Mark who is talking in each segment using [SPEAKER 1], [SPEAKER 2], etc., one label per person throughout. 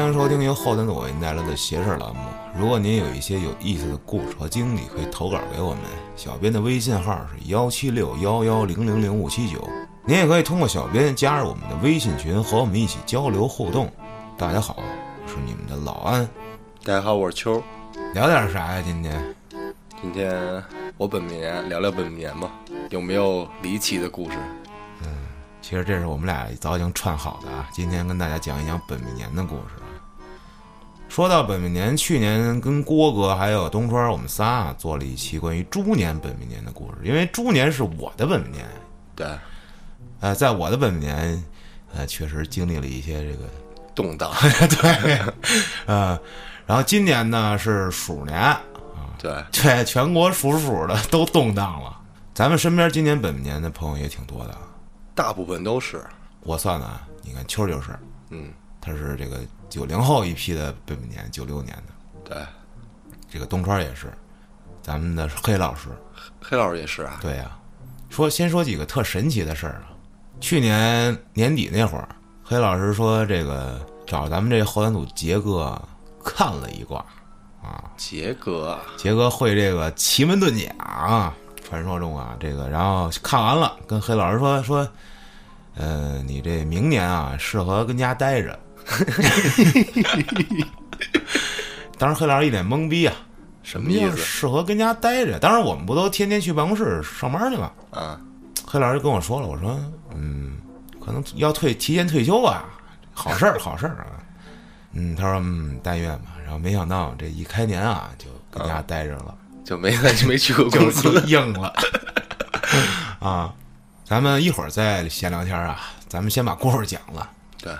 [SPEAKER 1] 后端组为您带来的邪事儿栏目。如果您有一些有意思的故事和经历，可以投稿给我们。小编的微信号是幺七六幺幺零零零五七九，您也可以通过小编加入我们的微信群，和我们一起交流互动。大家好，我是你们的老安，
[SPEAKER 2] 大家好，我是秋。
[SPEAKER 1] 聊点啥呀？今天
[SPEAKER 2] 今天我本命年，聊聊本命年吧，有没有离奇的故事？
[SPEAKER 1] 其实这是我们俩早已经串好的啊，今天跟大家讲一讲本命年的故事啊。说到本命年，去年跟郭哥还有东川我们仨啊做了一期关于猪年本命年的故事，因为猪年是我的本命年，
[SPEAKER 2] 对，
[SPEAKER 1] 呃，在我的本命年，呃，确实经历了一些这个
[SPEAKER 2] 动荡，
[SPEAKER 1] 呃，然后今年呢是鼠年，
[SPEAKER 2] 对，
[SPEAKER 1] 对，全国属鼠的都动荡了。咱们身边今年本命年的朋友也挺多的，啊
[SPEAKER 2] 大部分都是，
[SPEAKER 1] 我算了啊，你看秋儿就是，
[SPEAKER 2] 嗯，
[SPEAKER 1] 他是这个九零后一批的本命年，九六年的，
[SPEAKER 2] 对，
[SPEAKER 1] 这个东川也是，咱们的黑老师，
[SPEAKER 2] 黑老师也是啊，
[SPEAKER 1] 对呀、说先说几个特神奇的事儿啊。去年年底那会儿，黑老师说这个找咱们这后援组杰哥看了一卦，
[SPEAKER 2] 杰哥啊，
[SPEAKER 1] 杰哥会这个奇门遁甲啊，传说中啊，这个然后看完了，跟黑老师说说，呃，你这明年啊适合跟家待着。 当时黑老师一脸懵逼啊，
[SPEAKER 2] 什么意
[SPEAKER 1] 就是
[SPEAKER 2] 思
[SPEAKER 1] 适合跟家待着。当时我们不都天天去办公室上班去吗？
[SPEAKER 2] 啊？
[SPEAKER 1] 黑老师跟我说了，我说嗯，可能要退提前退休吧，好事儿，好事儿啊。嗯，他说嗯，但愿吧。然后没想到这一开年啊，就跟家待着了，
[SPEAKER 2] 就没没去过公
[SPEAKER 1] 就 就，
[SPEAKER 2] 司
[SPEAKER 1] 硬了啊。咱们一会儿再闲聊天儿啊，咱们先把故事讲了。
[SPEAKER 2] 对，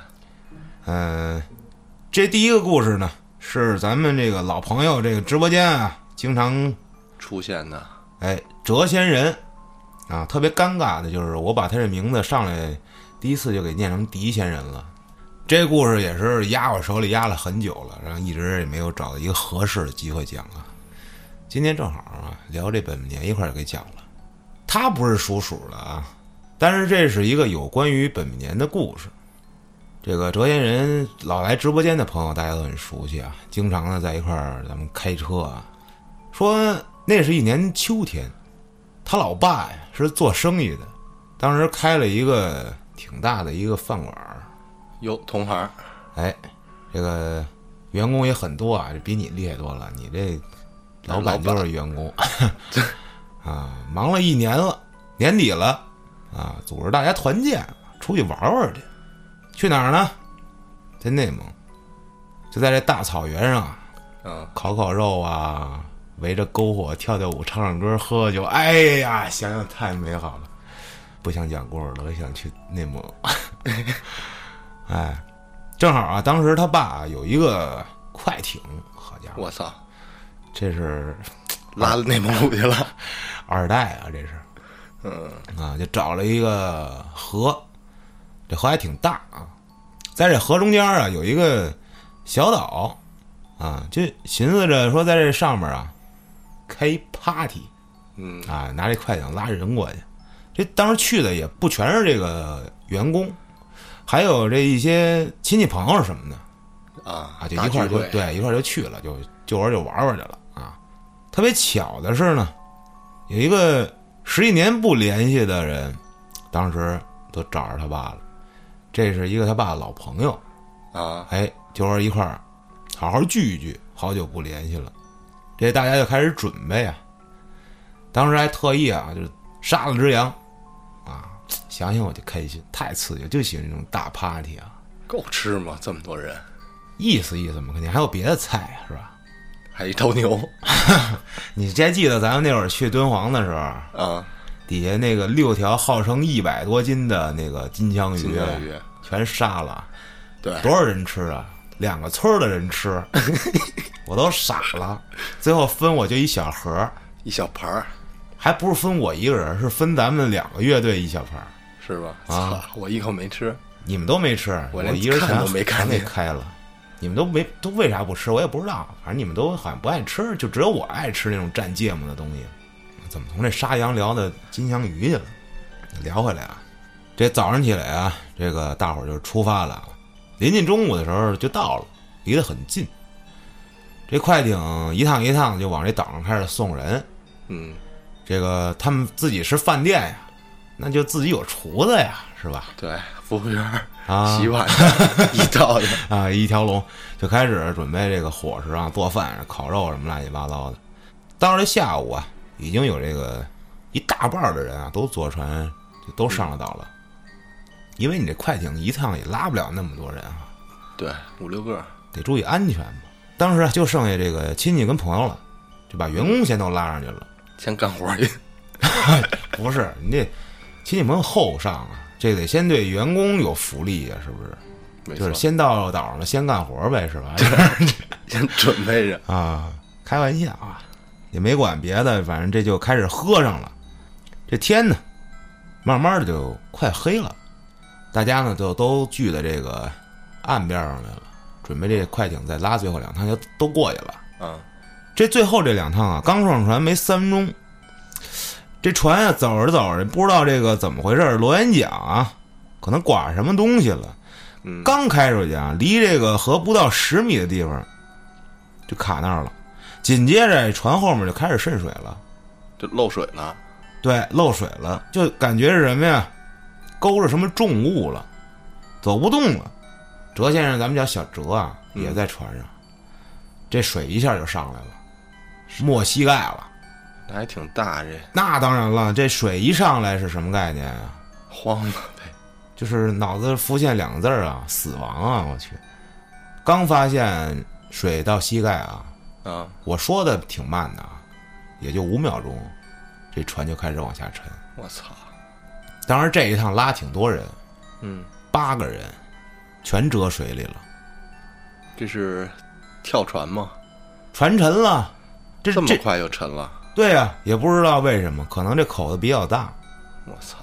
[SPEAKER 1] 嗯、这第一个故事呢，是咱们这个老朋友这个直播间啊，经常
[SPEAKER 2] 出现的，
[SPEAKER 1] 哎，谪仙人啊，特别尴尬的就是我把他这名字上来第一次就给念成狄仙人了。这故事也是压我手里压了很久了，然后一直也没有找到一个合适的机会讲啊。今天正好啊，聊这本命年一块儿给讲了。他不是属鼠的啊，但是这是一个有关于本命年的故事。这个谪仙人老来直播间的朋友，大家都很熟悉啊，经常呢在一块儿咱们开车啊，说那是一年秋天，他老爸呀是做生意的，当时开了一个挺大的一个饭馆儿，
[SPEAKER 2] 有同行，
[SPEAKER 1] 哎，这个员工也很多啊，这比你厉害多了，你这老板就是员工啊，忙了一年了，年底了啊，组织大家团建出去玩玩去，去哪儿呢？在内蒙，就在这大草原上啊，
[SPEAKER 2] 嗯，
[SPEAKER 1] 烤烤肉啊，围着篝火跳跳舞，唱唱歌，喝喝酒。哎呀，想想太美好了，不想讲故事了，我想去内蒙。哎，正好啊，当时他爸有一个快艇，好家伙，
[SPEAKER 2] 我操，
[SPEAKER 1] 这是
[SPEAKER 2] 拉内蒙古去 了，
[SPEAKER 1] 二代啊，这是，嗯啊，就找了一个河，这河还挺大啊，在这河中间啊有一个小岛，啊，就寻思着说在这上面啊开一 party，
[SPEAKER 2] 嗯
[SPEAKER 1] 啊，拿这快艇拉人过去。这当时去的也不全是这个员工，还有这一些亲戚朋友什么的，
[SPEAKER 2] 啊
[SPEAKER 1] 啊，就
[SPEAKER 2] 大
[SPEAKER 1] 一块儿
[SPEAKER 2] 聚
[SPEAKER 1] 就
[SPEAKER 2] 会
[SPEAKER 1] 对一块儿就去了，就就玩儿就玩玩去了啊。特别巧的是呢，有一个十几年不联系的人，当时都找着他爸了。这是一个他爸的老朋友，
[SPEAKER 2] 啊，
[SPEAKER 1] 哎，就说一块儿好好聚一聚，好久不联系了。这大家就开始准备啊，当时还特意啊，就是杀了只羊，啊，想想我就开心，太刺激了，就喜欢这种大 party 啊，
[SPEAKER 2] 够吃吗？这么多人，
[SPEAKER 1] 意思意思嘛，肯定还有别的菜啊，是吧？
[SPEAKER 2] 还一头牛
[SPEAKER 1] 你这还记得咱们那会儿去敦煌的时候，
[SPEAKER 2] 啊，
[SPEAKER 1] 底下那个六条号称一百多斤的那个金枪鱼，啊
[SPEAKER 2] 金枪鱼
[SPEAKER 1] 全杀了，
[SPEAKER 2] 对，
[SPEAKER 1] 多少人吃啊？两个村儿的人吃， 我都傻了。最后分我就一小盒儿，
[SPEAKER 2] 一小盘儿。
[SPEAKER 1] 还不是分我一个人，是分咱们两个乐队一小盘儿。
[SPEAKER 2] 是吧？
[SPEAKER 1] 啊
[SPEAKER 2] 操，我一口没吃，
[SPEAKER 1] 你们都没吃，
[SPEAKER 2] 我
[SPEAKER 1] 我
[SPEAKER 2] 连
[SPEAKER 1] 一个人
[SPEAKER 2] 看都
[SPEAKER 1] 全
[SPEAKER 2] 没看
[SPEAKER 1] 全给
[SPEAKER 2] 见
[SPEAKER 1] 开了。你们都没都为啥不吃？我也不知道，反正你们都好像不爱吃，就只有我爱吃那种蘸芥末的东西。怎么从这杀羊聊到金枪鱼去了？聊回来啊，这早上起来啊，这个大伙儿就出发了。临近中午的时候就到了，离得很近。这快艇一趟一趟就往这岛上开始送人。
[SPEAKER 2] 嗯，
[SPEAKER 1] 这个他们自己是饭店呀，那就自己有厨子呀，是吧？
[SPEAKER 2] 对，服务员儿
[SPEAKER 1] 啊
[SPEAKER 2] 洗碗的一道的，
[SPEAKER 1] 啊，一条龙就开始准备这个伙食啊，做饭、烤肉什么乱七八糟的。到了这下午啊，已经有这个一大半儿的人啊，都坐船就都上了岛了，
[SPEAKER 2] 嗯
[SPEAKER 1] 因为你这快艇一趟也拉不了那么多人啊，
[SPEAKER 2] 对，五六个，
[SPEAKER 1] 得注意安全嘛。当时啊，就剩下这个亲戚跟朋友了，就把员工先都拉上去了。
[SPEAKER 2] 先干活去。
[SPEAKER 1] 不是你这亲戚朋友后上啊，这得先对员工有福利呀、是不是？
[SPEAKER 2] 没
[SPEAKER 1] 就
[SPEAKER 2] 错
[SPEAKER 1] 是，先到岛上了，先干活呗，是 吧？
[SPEAKER 2] 先准备 着。
[SPEAKER 1] 啊，开玩笑啊，也没管别的，反正这就开始喝上了。这天呢，慢慢的就快黑了，大家呢就都聚在这个岸边上来了，准备这快艇再拉最后两趟就都过去了。
[SPEAKER 2] 嗯，
[SPEAKER 1] 这最后这两趟啊，刚上船没三分钟，这船啊走着走着，不知道这个怎么回事儿，螺旋桨啊，可能刮什么东西了，
[SPEAKER 2] 嗯
[SPEAKER 1] 刚开出去啊，离这个河不到十米的地方，就卡那儿了。紧接着船后面就开始渗水了，
[SPEAKER 2] 这漏水了。
[SPEAKER 1] 对，漏水了，就感觉是什么呀，勾着什么重物了，走不动了。哲先生，咱们叫小哲啊，
[SPEAKER 2] 嗯
[SPEAKER 1] 也在船上，这水一下就上来了，没膝盖了。
[SPEAKER 2] 那还挺大，这
[SPEAKER 1] 那当然了，这水一上来是什么概念啊？
[SPEAKER 2] 慌了呗。
[SPEAKER 1] 就是脑子浮现两个字儿啊，死亡啊！我去，刚发现水到膝盖啊，
[SPEAKER 2] 啊，
[SPEAKER 1] 我说的挺慢的啊，也就五秒钟，这船就开始往下沉。
[SPEAKER 2] 我操。
[SPEAKER 1] 当然这一趟拉挺多人，
[SPEAKER 2] 嗯，
[SPEAKER 1] 八个人全折水里了，
[SPEAKER 2] 这是跳船吗？
[SPEAKER 1] 船沉了。这
[SPEAKER 2] 这么
[SPEAKER 1] 这
[SPEAKER 2] 快就沉了？
[SPEAKER 1] 对呀、也不知道为什么，可能这口子比较大，
[SPEAKER 2] 我操！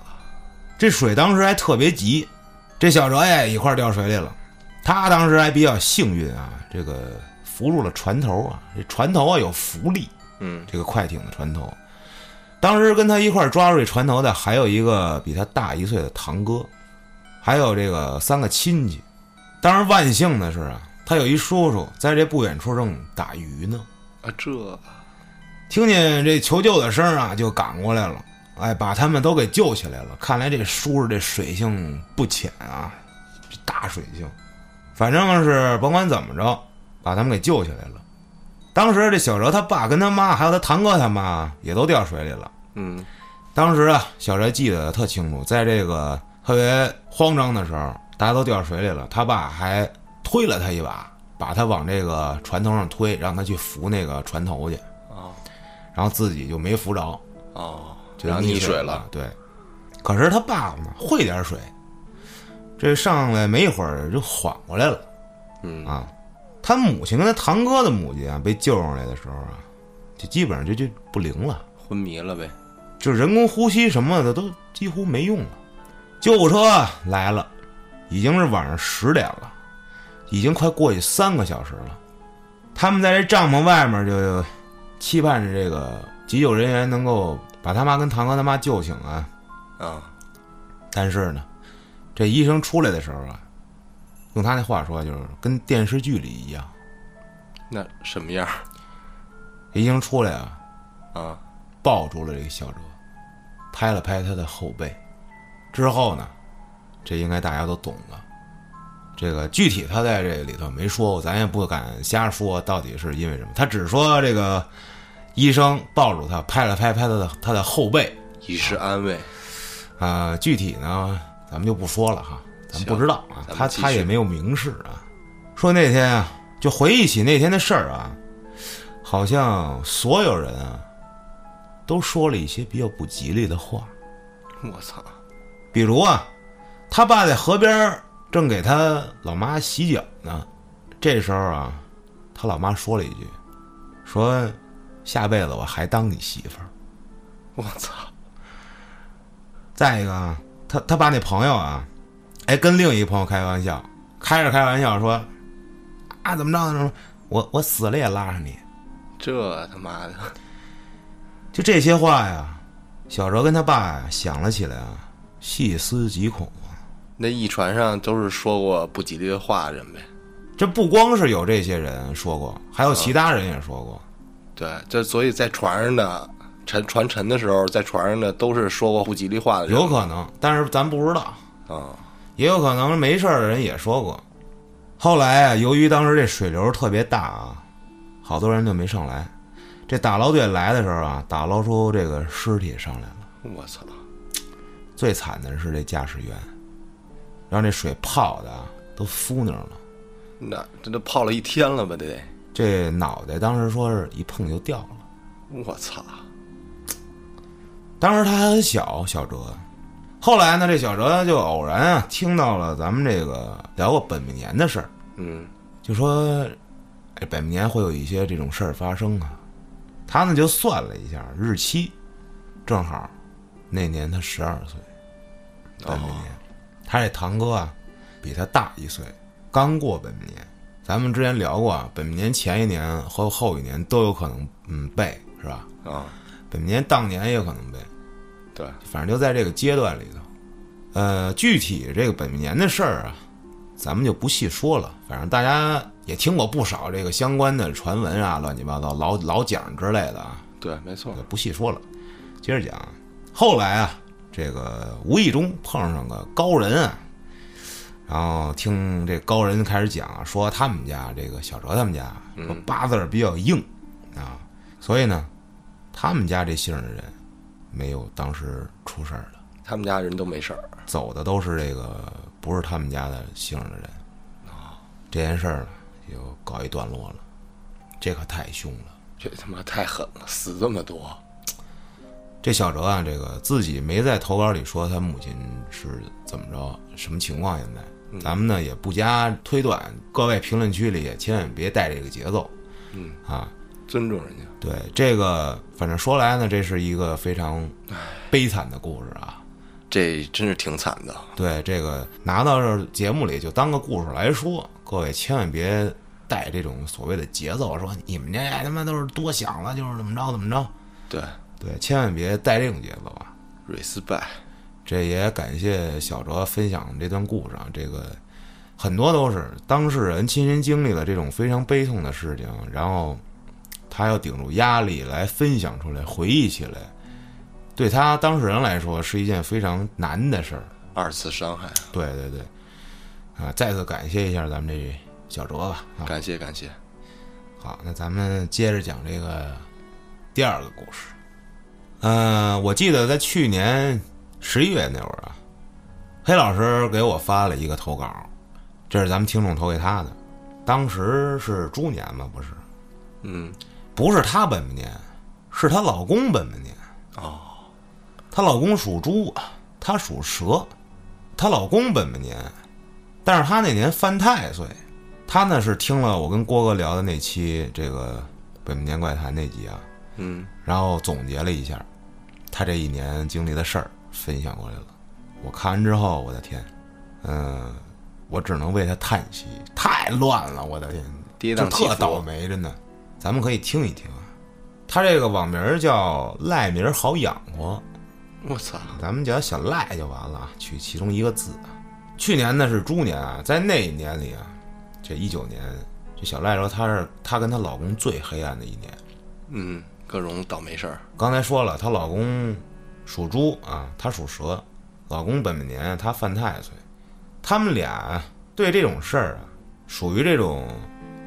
[SPEAKER 1] 这水当时还特别急，这小哲也一块儿掉水里了。他当时还比较幸运啊，这个扶住了船头啊，这船头啊有浮力，
[SPEAKER 2] 嗯，
[SPEAKER 1] 这个快艇的船头。当时跟他一块儿抓住这船头的还有一个比他大一岁的堂哥，还有这个三个亲戚。当然万幸的是啊，他有一叔叔在这不远处正打鱼呢，
[SPEAKER 2] 啊这，
[SPEAKER 1] 听见这求救的声儿啊，就赶过来了，哎，把他们都给救起来了。看来这叔叔这水性不浅啊，这大水性，反正是甭管怎么着，把他们给救起来了。当时这小哲他爸跟他妈还有他堂哥他妈也都掉水里了。
[SPEAKER 2] 嗯，
[SPEAKER 1] 当时啊，小哲记得特清楚，在这个特别慌张的时候，大家都掉水里了，他爸还推了他一把，把他往这个船头上推，让他去扶那个船头去。
[SPEAKER 2] 哦
[SPEAKER 1] 然后自己就没扶着，
[SPEAKER 2] 哦，
[SPEAKER 1] 就
[SPEAKER 2] 然后溺
[SPEAKER 1] 溺水
[SPEAKER 2] 水了。。
[SPEAKER 1] 对，可是他爸爸呢，会点水，这上来没一会儿就缓过来了。
[SPEAKER 2] 嗯
[SPEAKER 1] 啊，他母亲跟他堂哥的母亲啊，被救上来的时候啊，就基本上就就不灵了，
[SPEAKER 2] 昏迷了呗。
[SPEAKER 1] 就人工呼吸什么的都几乎没用了。救护车啊来了，已经是晚上十点了，已经快过去三个小时了。他们在这帐篷外面就期盼着这个急救人员能够把他妈跟堂哥他妈救醒啊。
[SPEAKER 2] 啊，
[SPEAKER 1] 但是呢，这医生出来的时候啊，用他那话说就是跟电视剧里一样，
[SPEAKER 2] 那什么样儿
[SPEAKER 1] 这医生出来啊，
[SPEAKER 2] 啊？
[SPEAKER 1] 抱住了这个小哲，拍了拍他的后背。之后呢，这应该大家都懂了。这个具体他在这里头没说过，咱也不敢瞎说，到底是因为什么？他只说这个医生抱住他，拍了拍拍他的他的后背
[SPEAKER 2] 以示安慰。
[SPEAKER 1] 啊、具体呢，咱们就不说了哈，咱们不
[SPEAKER 2] 行
[SPEAKER 1] 知道啊
[SPEAKER 2] 咱，们
[SPEAKER 1] 他
[SPEAKER 2] 继
[SPEAKER 1] 他也
[SPEAKER 2] 续
[SPEAKER 1] 没有明示啊。说那天啊，就回忆起那天的事儿啊，好像所有人啊，都说了一些比较不吉利的话。
[SPEAKER 2] 我操！
[SPEAKER 1] 比如啊，他爸在河边儿正给他老妈洗脚呢，这时候啊，他老妈说了一句：“说下辈子我还当你媳妇儿。
[SPEAKER 2] 我操！”
[SPEAKER 1] 再一个啊，他他爸那朋友啊，哎，跟另一朋友开玩笑，开着开玩笑说：“啊，怎么着怎么着，我我死了也拉上你。
[SPEAKER 2] 这他妈的！”
[SPEAKER 1] 就这些话呀，小哲跟他爸呀想了起来啊，细思极恐啊。
[SPEAKER 2] 那一船上都是说过不吉利的话的人呗。
[SPEAKER 1] 这不光是有这些人说过，还有其他人也说过。
[SPEAKER 2] 对，这所以在船上的沉船沉的时候，在船上的都是说过不吉利话的人
[SPEAKER 1] 有可能，但是咱不知道，
[SPEAKER 2] 啊，
[SPEAKER 1] 也有可能没事儿的人也说过。后来啊，由于当时这水流特别大啊，好多人就没上来。这打捞队来的时候啊，打捞出这个尸体上来了。
[SPEAKER 2] 我操，
[SPEAKER 1] 最惨的是这驾驶员，让这水泡的啊都酥拧了，
[SPEAKER 2] 那这都泡了一天了吧？得得，
[SPEAKER 1] 这脑袋当时说是一碰就掉了。
[SPEAKER 2] 我操，
[SPEAKER 1] 当时他还很小，小哲。后来呢，这小哲就偶然啊听到了咱们这个聊过本命年的事儿，
[SPEAKER 2] 嗯，
[SPEAKER 1] 就说，哎，本命年会有一些这种事儿发生啊。他呢就算了一下日期，正好那年他十二岁，本命
[SPEAKER 2] 哦
[SPEAKER 1] 年。他这堂哥啊比他大一岁，刚过本命年。咱们之前聊过啊，本命年前一年和后一年都有可能嗯背是吧？
[SPEAKER 2] 啊，
[SPEAKER 1] 本命年当年也有可能背。
[SPEAKER 2] 对，
[SPEAKER 1] 反正就在这个阶段里头。呃，具体这个本命年的事儿啊，咱们就不细说了。反正大家也听过不少这个相关的传闻啊，乱七八糟老老蒋之类的啊，
[SPEAKER 2] 对，没错
[SPEAKER 1] 就，不细说了。接着讲，后来啊，这个无意中碰上个高人啊，然后听这高人开始讲啊，说他们家这个小哲他们家说八字儿比较硬啊，所以呢，他们家这姓儿的人没有当时出事儿的。
[SPEAKER 2] 他们家人都没事儿，
[SPEAKER 1] 走的都是这个不是他们家的姓儿的人。啊这件事儿呢，就告一段落了。这可太凶了。
[SPEAKER 2] 这他妈太狠了，死这么多，
[SPEAKER 1] 这小哲啊，这个自己没在投稿里说他母亲是怎么着，什么情况。现在咱们呢也不加推断，各位评论区里也千万别带这个节奏。
[SPEAKER 2] 嗯
[SPEAKER 1] 啊，
[SPEAKER 2] 尊重人家，
[SPEAKER 1] 对这个，反正说来呢，这是一个非常悲惨的故事啊。
[SPEAKER 2] 这真是挺惨的，
[SPEAKER 1] 对这个拿到这节目里就当个故事来说，各位千万别带这种所谓的节奏，说你们这他妈都是多想了，就是怎么着怎么着。
[SPEAKER 2] 对
[SPEAKER 1] 对，千万别带这种节奏啊！
[SPEAKER 2] ，respect，
[SPEAKER 1] 这也感谢小哲分享这段故事啊，这个很多都是当事人亲身经历了这种非常悲痛的事情，然后他要顶住压力来分享出来，回忆起来，对他当事人来说是一件非常难的事儿。
[SPEAKER 2] 二次伤害，
[SPEAKER 1] 对对对，啊，再次感谢一下咱们这小哲吧。啊，
[SPEAKER 2] 感谢感谢，
[SPEAKER 1] 好，那咱们接着讲这个第二个故事。嗯，我记得在去年十一月那会儿啊，黑老师给我发了一个投稿，这是咱们听众投给他的。当时是猪年嘛，不是？
[SPEAKER 2] 嗯，
[SPEAKER 1] 不是她本命年，是她老公本命年。
[SPEAKER 2] 哦，
[SPEAKER 1] 她老公属猪，啊她属蛇，她老公本命年，但是她那年犯太岁，她呢是听了我跟郭哥聊的那期这个本命年怪谈那集啊，
[SPEAKER 2] 嗯，
[SPEAKER 1] 然后总结了一下，她这一年经历的事儿分享过来了。我看完之后，我的天，嗯，我只能为她叹息，太乱了，我的天，
[SPEAKER 2] 跌
[SPEAKER 1] 就
[SPEAKER 2] 宕起
[SPEAKER 1] 特倒
[SPEAKER 2] 伏，
[SPEAKER 1] 霉，真的。咱们可以听一听啊，她这个网名儿叫赖名儿好养活。
[SPEAKER 2] 我操，
[SPEAKER 1] 咱们叫小赖就完了，啊，取其中一个字啊。去年呢是猪年啊，在那一年里啊，这一九年，这小赖说她是她跟她老公最黑暗的一年。
[SPEAKER 2] 嗯，各种倒霉事儿，
[SPEAKER 1] 刚才说了，她老公属猪啊，她属蛇，老公本命年她犯啊太岁，他们俩对这种事儿啊，属于这种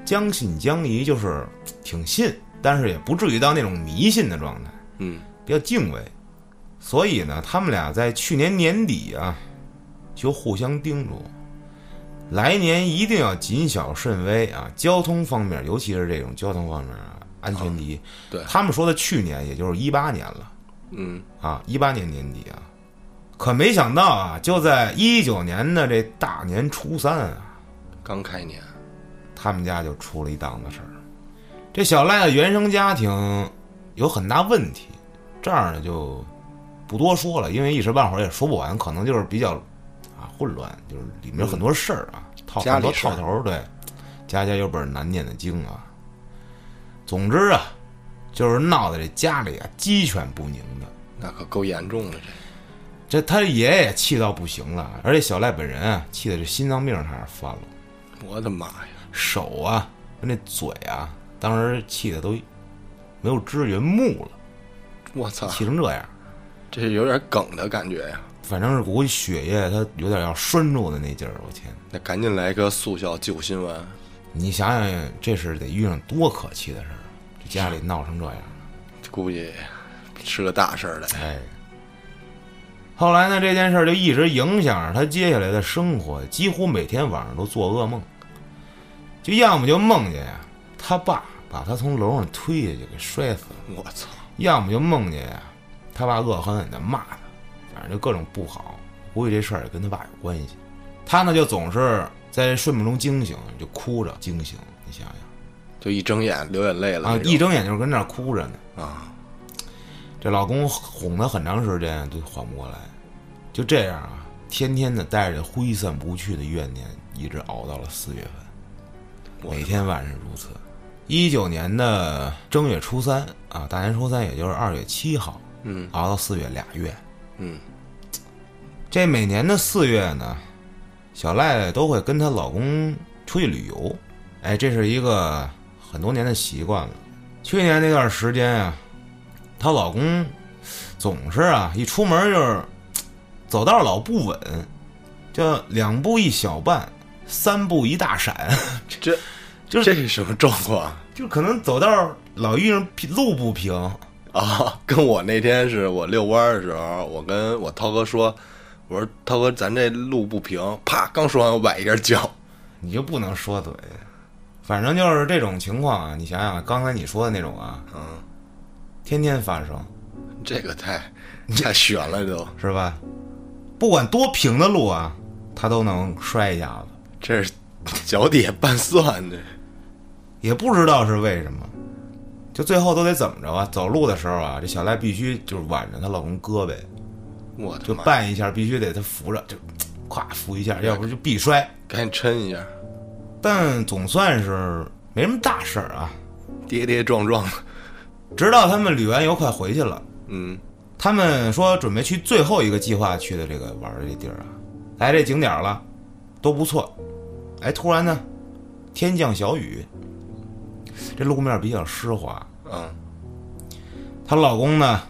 [SPEAKER 1] 将信将疑，就是挺信，但是也不至于到那种迷信的状态。
[SPEAKER 2] 嗯，
[SPEAKER 1] 比较敬畏，所以呢，他们俩在去年年底啊，就互相叮嘱，来年一定要谨小慎微啊，交通方面，尤其是这种交通方面啊，安全第一。
[SPEAKER 2] 对
[SPEAKER 1] 他们说的去年，也就是一八年了
[SPEAKER 2] 嗯，
[SPEAKER 1] 啊，一八年年底啊，可没想到啊，就在一九年的这大年初三啊，
[SPEAKER 2] 刚开年，
[SPEAKER 1] 他们家就出了一档子事儿。这小赖的原生家庭有很大问题，这儿呢就不多说了，因为一时半会儿也说不完，可能就是比较啊混乱，就是里面有很多事儿啊，套
[SPEAKER 2] 嗯家
[SPEAKER 1] 很
[SPEAKER 2] 里
[SPEAKER 1] 多
[SPEAKER 2] 事儿
[SPEAKER 1] 套头儿，对，家家有本难念的经啊。总之啊，就是闹得这家里啊鸡犬不宁的。
[SPEAKER 2] 那可够严重的这，
[SPEAKER 1] 这他爷爷气到不行了，而且小赖本人啊气的这心脏病差点犯了。
[SPEAKER 2] 我的妈呀，
[SPEAKER 1] 手啊，跟那嘴啊，当时气的都没有知觉，木了，
[SPEAKER 2] 我操，
[SPEAKER 1] 气成这样。
[SPEAKER 2] 这有点梗的感觉呀。
[SPEAKER 1] 反正是我血液它有点要拴住的那劲儿，我天！
[SPEAKER 2] 那赶紧来个速效救心丸，
[SPEAKER 1] 你想想，这是得遇上多可气的事儿，这家里闹成这样。
[SPEAKER 2] 估计是个大事儿了。
[SPEAKER 1] 哎，后来呢，这件事儿就一直影响着他接下来的生活，几乎每天晚上都做噩梦，就要么就梦见呀他爸把他从楼上推下去给摔死了，
[SPEAKER 2] 我操，
[SPEAKER 1] 要么就梦见呀他爸恶狠狠地骂他，反正就各种不好。估计这事儿也跟他爸有关系。他呢就总是在睡梦中惊醒，就哭着惊醒。你想想
[SPEAKER 2] 就一睁眼流眼泪了
[SPEAKER 1] 啊
[SPEAKER 2] 那，种
[SPEAKER 1] 一睁眼就是跟那儿哭着呢。
[SPEAKER 2] 啊，
[SPEAKER 1] 这老公哄她很长时间都缓不过来，就这样啊，天天的带着挥散不去的怨念，一直熬到了四月份，
[SPEAKER 2] 我
[SPEAKER 1] 每天晚上如此。一九年的正月初三啊，大年初三，也就是二月七号，
[SPEAKER 2] 嗯
[SPEAKER 1] 熬到四月俩月。
[SPEAKER 2] 嗯，
[SPEAKER 1] 这每年的四月呢，小赖赖都会跟她老公出去旅游，哎，这是一个很多年的习惯了。去年那段时间啊，她老公总是啊一出门就是嘖走道老不稳，就两步一小绊，三步一大闪，
[SPEAKER 2] 这
[SPEAKER 1] 就是
[SPEAKER 2] 这是什么状况
[SPEAKER 1] 就可能走道老遇上平路不平，
[SPEAKER 2] 啊？ 跟我那天是我遛弯儿的时候，我跟我涛哥说，我说涛哥，咱这路不平，啪，刚说完我崴一下脚，
[SPEAKER 1] 你就不能说嘴。反正就是这种情况啊，你想想刚才你说的那种啊，
[SPEAKER 2] 嗯，
[SPEAKER 1] 天天发生。
[SPEAKER 2] 这个 太太悬了都，
[SPEAKER 1] 是吧？不管多平的路啊，他都能摔一下子，
[SPEAKER 2] 这是脚底下拌蒜这，
[SPEAKER 1] 也不知道是为什么。就最后都得怎么着啊？走路的时候啊，这小赖必须就是挽着她老公胳膊，
[SPEAKER 2] 我的
[SPEAKER 1] 就
[SPEAKER 2] 妈，
[SPEAKER 1] 绊一下，必须得她扶着，就咵扶一下，要不就必摔。
[SPEAKER 2] 赶紧抻一下，
[SPEAKER 1] 但总算是没什么大事儿啊。
[SPEAKER 2] 跌跌撞撞的，
[SPEAKER 1] 直到他们旅完游快回去了，
[SPEAKER 2] 嗯，
[SPEAKER 1] 他们说准备去最后一个计划去的这个玩儿的这地儿啊，来这景点儿了，都不错。哎，突然呢，天降小雨，这路面比较湿滑。
[SPEAKER 2] 嗯，
[SPEAKER 1] 她老公呢，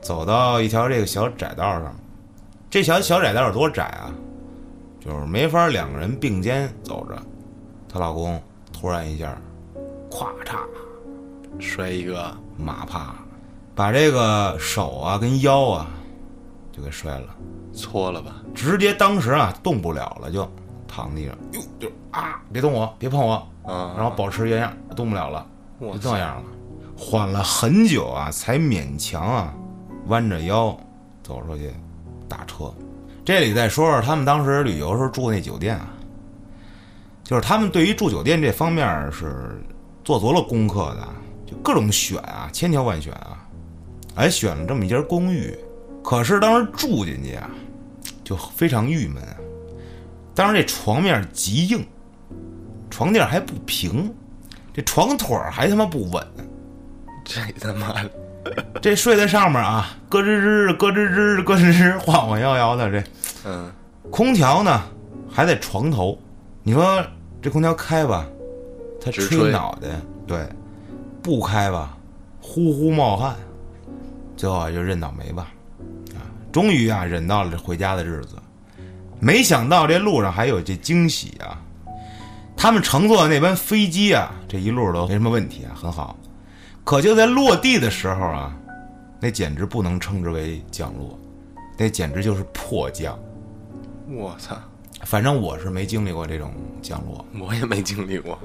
[SPEAKER 1] 走到一条这个小窄道上，这条小窄道有多窄啊？就是没法两个人并肩走着。她老公突然一下，咵嚓，
[SPEAKER 2] 摔一个，
[SPEAKER 1] 马趴，把这个手啊跟腰啊就给摔了。
[SPEAKER 2] 搓了吧，
[SPEAKER 1] 直接当时啊动不了了，就躺地上，哟，就啊，别动我，别碰我，
[SPEAKER 2] 啊，
[SPEAKER 1] 然后保持原样，动不了了，
[SPEAKER 2] 我
[SPEAKER 1] 就
[SPEAKER 2] 操
[SPEAKER 1] 这样了，缓了很久啊，才勉强啊弯着腰走出去打车。这里再说说他们当时旅游时候住那酒店啊，就是他们对于住酒店这方面是做足了功课的，就各种选啊，千挑万选啊，还选了这么一间公寓。可是当时住进去啊，就非常郁闷啊。当时这床面极硬，床垫还不平，这床腿儿还他妈不稳。
[SPEAKER 2] 这他妈的
[SPEAKER 1] 这睡在上面啊，咯吱吱、咯吱吱、咯吱吱，晃晃摇摇的。这
[SPEAKER 2] 嗯，
[SPEAKER 1] 空调呢还在床头，你说这空调开吧，它
[SPEAKER 2] 直吹
[SPEAKER 1] 脑袋；对，不开吧，呼呼冒汗。最后啊就认倒霉吧，啊，终于啊忍到了这回家的日子。没想到这路上还有这惊喜啊！他们乘坐的那班飞机啊，这一路都没什么问题啊，很好。可就在落地的时候啊，那简直不能称之为降落，那简直就是迫降。
[SPEAKER 2] 我操，
[SPEAKER 1] 反正我是没经历过这种降落，
[SPEAKER 2] 我也没经历过，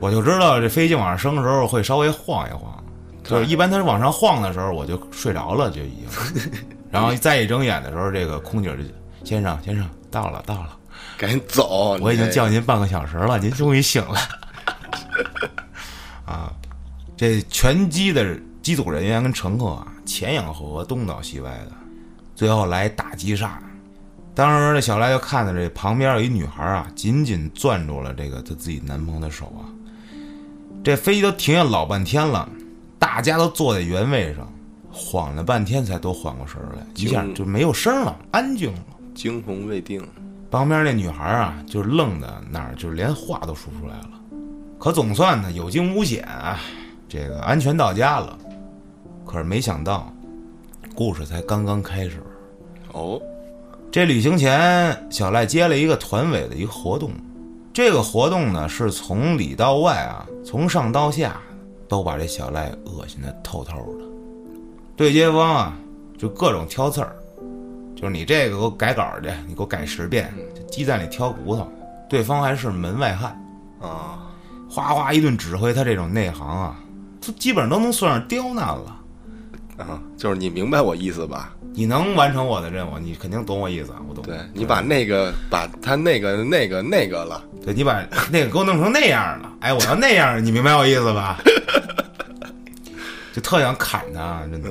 [SPEAKER 1] 我就知道这飞机往上升的时候会稍微晃一晃，就是一般它往上晃的时候我就睡着了就已经，然后再一睁眼的时候，这个空姐就先生先生到了到了，
[SPEAKER 2] 赶紧走，
[SPEAKER 1] 我已经
[SPEAKER 2] 你这
[SPEAKER 1] 叫您半哦个小时了，您终于醒 了。啊，这全机的机组人员跟乘客啊，前仰后合，东倒西歪的，最后来大急刹。当时这小赖就看到这旁边有一女孩啊，紧紧攥住了这个她自己男朋友的手啊。这飞机都停下老半天了，大家都坐在原位上，晃了半天才都缓过神儿来，一下就没有声儿了，安静了。
[SPEAKER 2] 惊魂未定，
[SPEAKER 1] 旁边那女孩啊，就愣的那儿，就是连话都说不出来了。可总算呢有惊无险啊，这个安全到家了。可是没想到，故事才刚刚开始。
[SPEAKER 2] 哦，
[SPEAKER 1] 这旅行前，小赖接了一个团委的一个活动，这个活动呢是从里到外啊，从上到下都把这小赖恶心的透透的。对接方啊，就各种挑刺儿，就是你这个给我改稿去，你给我改十遍，就鸡蛋里挑骨头。对方还是门外汉，
[SPEAKER 2] 啊，
[SPEAKER 1] 哗哗一顿指挥，他这种内行啊，他基本上都能算上刁难了。
[SPEAKER 2] 啊，就是你明白我意思吧？
[SPEAKER 1] 你能完成我的任务，你肯定懂我意思啊，我懂。
[SPEAKER 2] 对你把那个把他那个那个那个了，
[SPEAKER 1] 对你把那个给我弄成那样了，哎，我要那样，你明白我意思吧？就特想砍他，真的。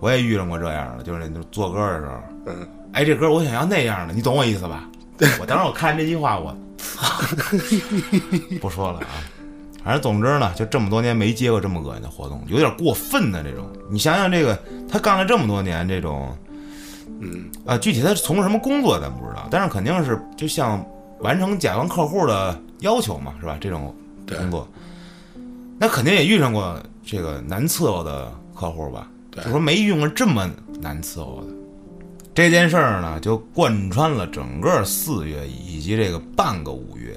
[SPEAKER 1] 我也遇上过这样的，就是那种做歌的时候，
[SPEAKER 2] 嗯，
[SPEAKER 1] 哎，这歌我想要那样的，你懂我意思吧？我当时我看这句话，我 操，不说了啊。反正总之呢，就这么多年没接过这么恶心的活动，有点过分的这种。你想想这个，他干了这么多年这种，
[SPEAKER 2] 嗯，
[SPEAKER 1] 啊，具体他是从事什么工作咱不知道，但是肯定是就像完成甲方客户的要求嘛，是吧？这种
[SPEAKER 2] 对
[SPEAKER 1] 工作，那肯定也遇上过这个难伺候的客户吧？
[SPEAKER 2] 对
[SPEAKER 1] 就说没遇过这么难伺候的。这件事儿呢，就贯穿了整个四月以及这个半个五月，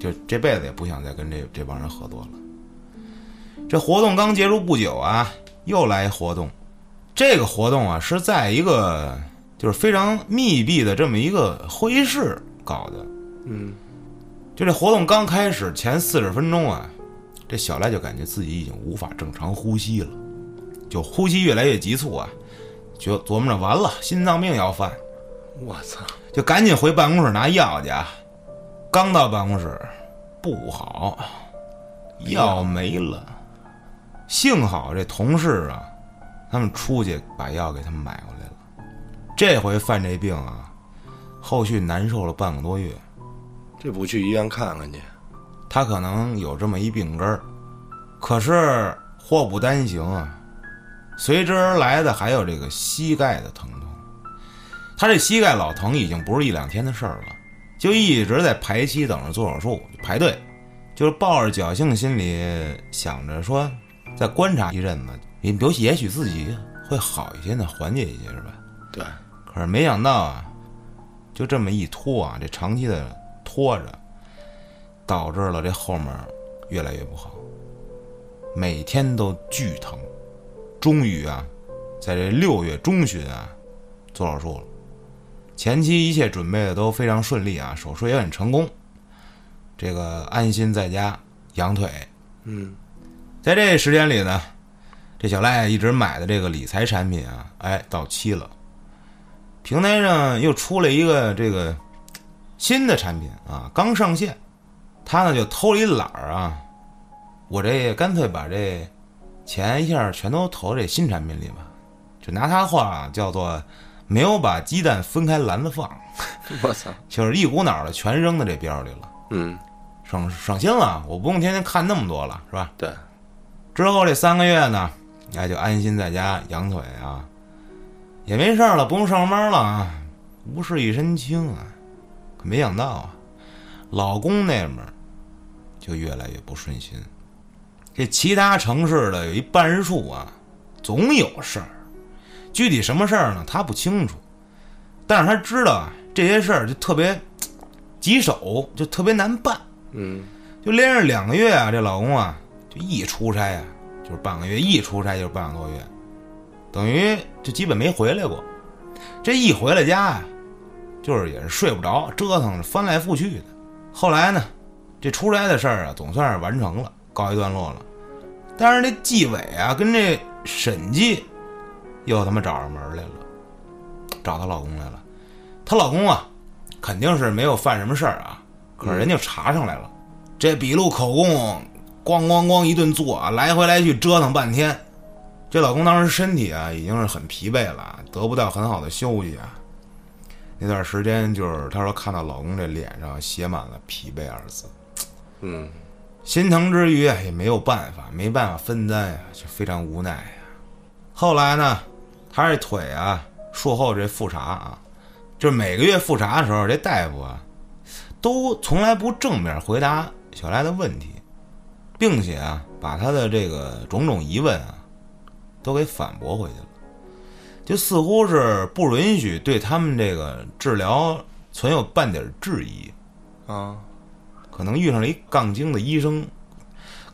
[SPEAKER 1] 就这辈子也不想再跟这这帮人合作了。这活动刚结束不久啊，又来一活动。这个活动啊是在一个就是非常密闭的这么一个会议室搞的。
[SPEAKER 2] 嗯，
[SPEAKER 1] 就这活动刚开始前四十分钟啊，这小赖就感觉自己已经无法正常呼吸了，就呼吸越来越急促啊，就琢磨着完了，心脏病要犯，
[SPEAKER 2] 我操，
[SPEAKER 1] 就赶紧回办公室拿药去啊。刚到办公室，不好，药没了。幸好这同事啊，他们出去把药给他们买回来了。这回犯这病啊，后续难受了半个多月。
[SPEAKER 2] 这不去医院看看去？
[SPEAKER 1] 他可能有这么一病根儿，可是祸不单行啊，随之而来的还有这个膝盖的疼痛。他这膝盖老疼已经不是一两天的事儿了，就一直在排期等着做手术排队，就是抱着侥幸心理想着说再观察一阵子，也尤其也许自己会好一些呢，缓解一些是吧？
[SPEAKER 2] 对，
[SPEAKER 1] 可是没想到啊，就这么一拖啊，这长期的拖着，导致了这后面越来越不好，每天都巨疼。终于啊，在这六月中旬啊，做手术了。前期一切准备的都非常顺利啊，手术也很成功。这个安心在家养腿。
[SPEAKER 2] 嗯，
[SPEAKER 1] 在这时间里呢，这小赖一直买的这个理财产品啊，哎，到期了。平台上又出了一个这个新的产品啊，刚上线，他呢就偷了一懒儿啊，我这干脆把这钱一下全都投这新产品里吧，就拿他话叫做没有把鸡蛋分开篮子放，
[SPEAKER 2] 我操，
[SPEAKER 1] 就是一股脑的全扔到这边儿里了，
[SPEAKER 2] 嗯，
[SPEAKER 1] 省省心了，我不用天天看那么多了，是吧？
[SPEAKER 2] 对，
[SPEAKER 1] 之后这三个月呢，哎，就安心在家养腿啊，也没事儿了，不用上班了啊，无事一身轻啊。可没想到啊，老公那边儿就越来越不顺心。这其他城市的有一办事处啊，总有事儿，具体什么事儿呢？他不清楚，但是他知道啊，这些事儿就特别棘手，就特别难办。
[SPEAKER 2] 嗯，
[SPEAKER 1] 就连着两个月啊，这老公啊，就一出差啊，就是半个月，一出差就是半个多月，等于就基本没回来过。这一回了家啊，就是也是睡不着，折腾着翻来覆去的。后来呢，这出差的事儿啊，总算是完成了，告一段落了。但是这纪委啊，跟这审计又他妈找上门来了，找她老公来了。她老公啊，肯定是没有犯什么事儿啊，可是人家查上来了。这笔录口供，咣咣咣一顿做啊，来回来去折腾半天。这老公当时身体啊已经是很疲惫了，得不到很好的休息啊。那段时间就是她说看到老公这脸上写满了疲惫二字，
[SPEAKER 2] 嗯，
[SPEAKER 1] 心疼之余啊也没有办法，没办法分担呀、就非常无奈呀、后来呢，她这腿啊术后这复查啊，就是每个月复查的时候，这大夫啊都从来不正面回答小赖的问题，并且啊，把他的这个种种疑问啊，都给反驳回去了，就似乎是不允许对他们这个治疗存有半点质疑。
[SPEAKER 2] 啊，
[SPEAKER 1] 可能遇上了一杠精的医生，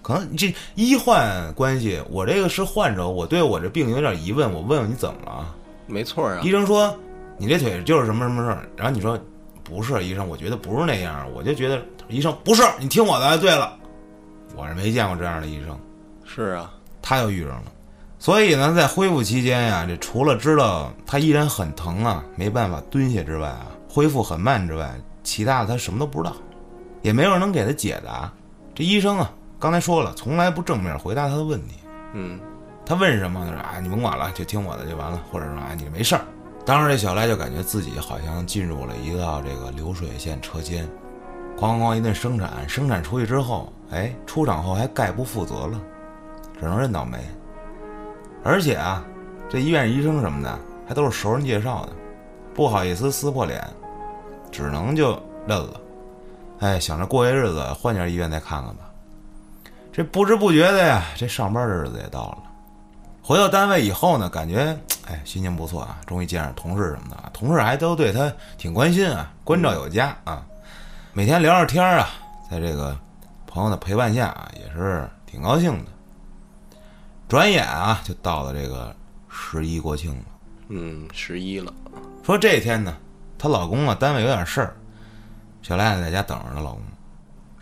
[SPEAKER 1] 可能这医患关系，我这个是患者，我对我这病有点疑问，我问问你怎么了啊？
[SPEAKER 2] 没错啊
[SPEAKER 1] 医，生说你这腿就是什么什么事儿，然后你说不是医生，我觉得不是那样，我就觉得医生不是，你听我的。对了，我是没见过这样的医生，
[SPEAKER 2] 是啊，
[SPEAKER 1] 他又遇上了。所以呢，在恢复期间呀、这除了知道他依然很疼啊，没办法蹲下之外啊，恢复很慢之外，其他的他什么都不知道，也没有人能给他解答。这医生啊，刚才说了，从来不正面回答他的问题。
[SPEAKER 2] 嗯，
[SPEAKER 1] 他问什么？他说啊，你甭管了，就听我的就完了，或者说啊，你没事儿。当时这小赖就感觉自己好像进入了一道这个流水线车间，哐哐哐一顿生产，生产出去之后，哎，出厂后还概不负责了，只能认倒霉。而且啊，这医院医生什么的还都是熟人介绍的，不好意思撕破脸，只能就认了。哎，想着过些日子换家医院再看看吧。这不知不觉的呀，这上班的日子也到了。回到单位以后呢，感觉哎心情不错啊，终于见着同事什么的啊，同事还都对他挺关心啊，关照有加啊。每天聊聊天啊，在这个朋友的陪伴下啊，也是挺高兴的。转眼啊，就到了这个十一国庆了。
[SPEAKER 2] 嗯，十一了，
[SPEAKER 1] 说这天呢，她老公啊单位有点事儿，小赖子在家等着她老公。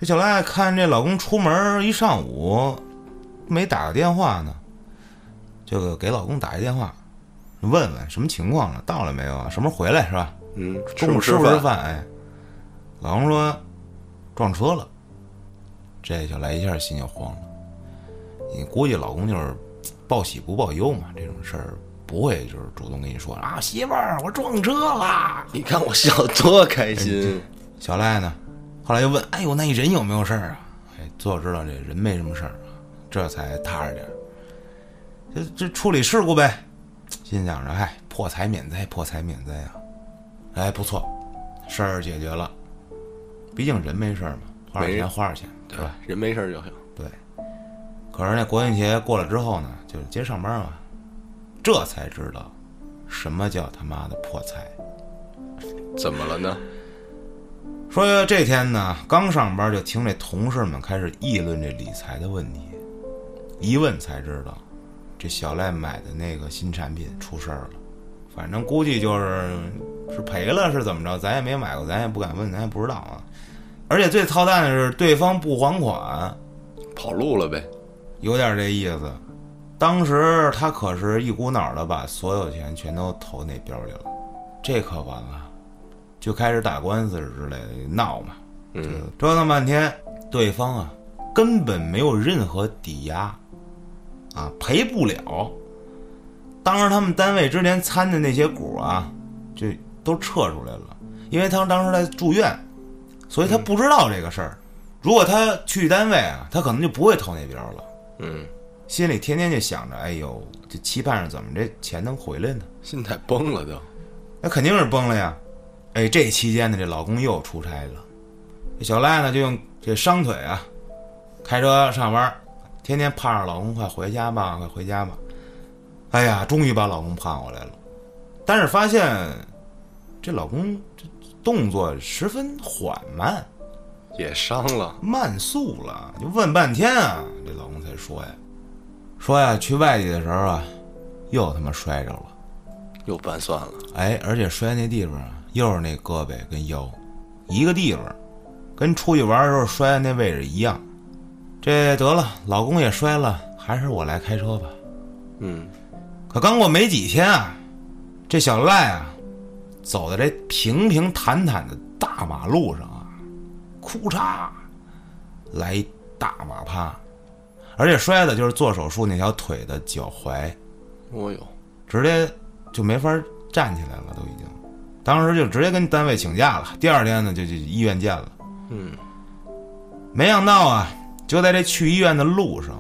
[SPEAKER 1] 这小赖看这老公出门一上午没打个电话呢，就给老公打一电话，问问什么情况了，到了没有啊？什么时候回来是吧？
[SPEAKER 2] 嗯，吃
[SPEAKER 1] 中午
[SPEAKER 2] 不
[SPEAKER 1] 吃不吃
[SPEAKER 2] 饭？
[SPEAKER 1] 饭？哎，老公说撞车了，这小赖一下心就慌了。你估计老公就是报喜不报忧嘛，这种事儿不会就是主动跟你说啊，媳妇儿我撞车了。
[SPEAKER 2] 你看我笑多开
[SPEAKER 1] 哎
[SPEAKER 2] 心，
[SPEAKER 1] 小赖呢，后来又问，哎呦，那你人有没有事儿啊？哎，最后知道这人没什么事儿啊，这才踏实点儿。这这处理事故呗，心想着，哎，破财免灾，破财免灾啊。哎，不错，事儿解决了，毕竟人没事儿嘛，花点
[SPEAKER 2] 没
[SPEAKER 1] 钱
[SPEAKER 2] 人
[SPEAKER 1] 花点钱，对吧？
[SPEAKER 2] 人没事儿就行。
[SPEAKER 1] 对。可是那国庆节过了之后呢，就是接着上班嘛，这才知道什么叫他妈的破财。
[SPEAKER 2] 怎么了呢？
[SPEAKER 1] 说这天呢，刚上班就听这同事们开始议论这理财的问题，一问才知道，这小赖买的那个新产品出事儿了，反正估计就是是赔了是怎么着，咱也没买过，咱也不敢问，咱也不知道啊。而且最操蛋的是，对方不还款，
[SPEAKER 2] 跑路了呗？
[SPEAKER 1] 有点这意思。当时他可是一股脑的把所有钱全都投那边儿去了，这可完了，就开始打官司之类的闹嘛。
[SPEAKER 2] 嗯，
[SPEAKER 1] 折腾半天，对方啊根本没有任何抵押，啊赔不了。当时他们单位之前参的那些股啊，就都撤出来了，因为他当时在住院，所以他不知道这个事儿。如果他去单位啊，他可能就不会投那边了。
[SPEAKER 2] 嗯，
[SPEAKER 1] 心里天天就想着，哎呦，就期盼着怎么这钱能回来呢？
[SPEAKER 2] 心态崩了都。
[SPEAKER 1] 那肯定是崩了呀。哎，这期间呢，这老公又出差了，这小赖呢就用这伤腿啊，开车上班，天天盼着老公快回家吧，快回家吧。哎呀，终于把老公盼回来了，但是发现这老公这动作十分缓慢，
[SPEAKER 2] 也伤了，
[SPEAKER 1] 慢速了，就问半天啊，这老公才说呀，说呀，去外地的时候啊，又他妈摔着了。
[SPEAKER 2] 又拌蒜了。
[SPEAKER 1] 哎，而且摔那地方啊，又是那胳膊跟腰，一个地方，跟出去玩的时候摔的那位置一样。这得了，老公也摔了，还是我来开车吧。
[SPEAKER 2] 嗯，
[SPEAKER 1] 可刚过没几天啊，这小赖啊，走在这平平坦坦的大马路上啊，哭嚓，来一大马趴，而且摔的就是做手术那条腿的脚踝。
[SPEAKER 2] 我有，
[SPEAKER 1] 直接就没法站起来了，都已经。当时就直接跟单位请假了。第二天呢，就就医院见了。
[SPEAKER 2] 嗯，
[SPEAKER 1] 没想到啊，就在这去医院的路上，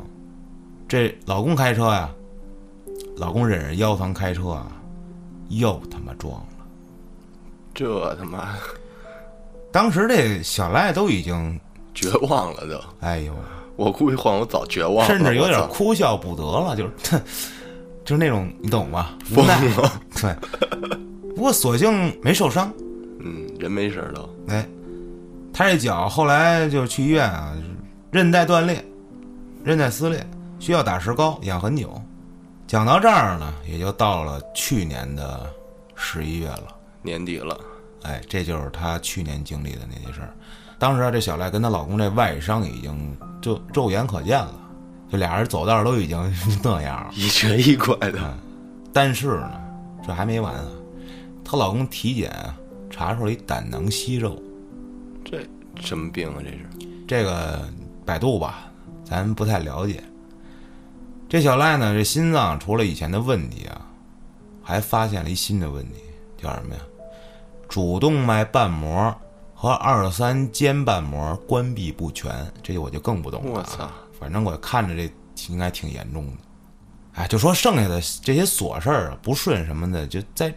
[SPEAKER 1] 这老公开车呀、老公忍着腰疼开车啊，又他妈撞了。
[SPEAKER 2] 这他妈
[SPEAKER 1] 当时这小赖都已经，
[SPEAKER 2] 绝望了都。
[SPEAKER 1] 哎呦，
[SPEAKER 2] 我估计换我早绝望了，
[SPEAKER 1] 甚至有
[SPEAKER 2] 我
[SPEAKER 1] 点
[SPEAKER 2] 操
[SPEAKER 1] 哭笑不得了，就是 就是那种你懂吧？无
[SPEAKER 2] 疯
[SPEAKER 1] 奈
[SPEAKER 2] 了。
[SPEAKER 1] 对，不过所幸没受伤。
[SPEAKER 2] 嗯，人没事儿都，
[SPEAKER 1] 哎，他这脚后来就去医院啊，韧带断裂，韧带撕裂，需要打石膏养很久。讲到这儿呢，也就到了去年的十一月了。
[SPEAKER 2] 年底了，
[SPEAKER 1] 哎，这就是她去年经历的那些事儿。当时啊，这小赖跟她老公这外伤已经就肉眼可见了，就俩人走道都已经 那样了。
[SPEAKER 2] 一瘸一拐的，
[SPEAKER 1] 嗯但是呢，这还没完啊，她老公体检啊查出了一胆囊息肉，
[SPEAKER 2] 这什么病啊？这是
[SPEAKER 1] 这个百度吧，咱不太了解。这小赖呢，这心脏除了以前的问题啊，还发现了一新的问题，叫什么呀？主动脉瓣膜和二三尖瓣膜关闭不全，这我就更不懂了、啊
[SPEAKER 2] 我操！
[SPEAKER 1] 反正我看着这挺应该挺严重的。哎，就说剩下的这些琐事儿啊，不顺什么的，就在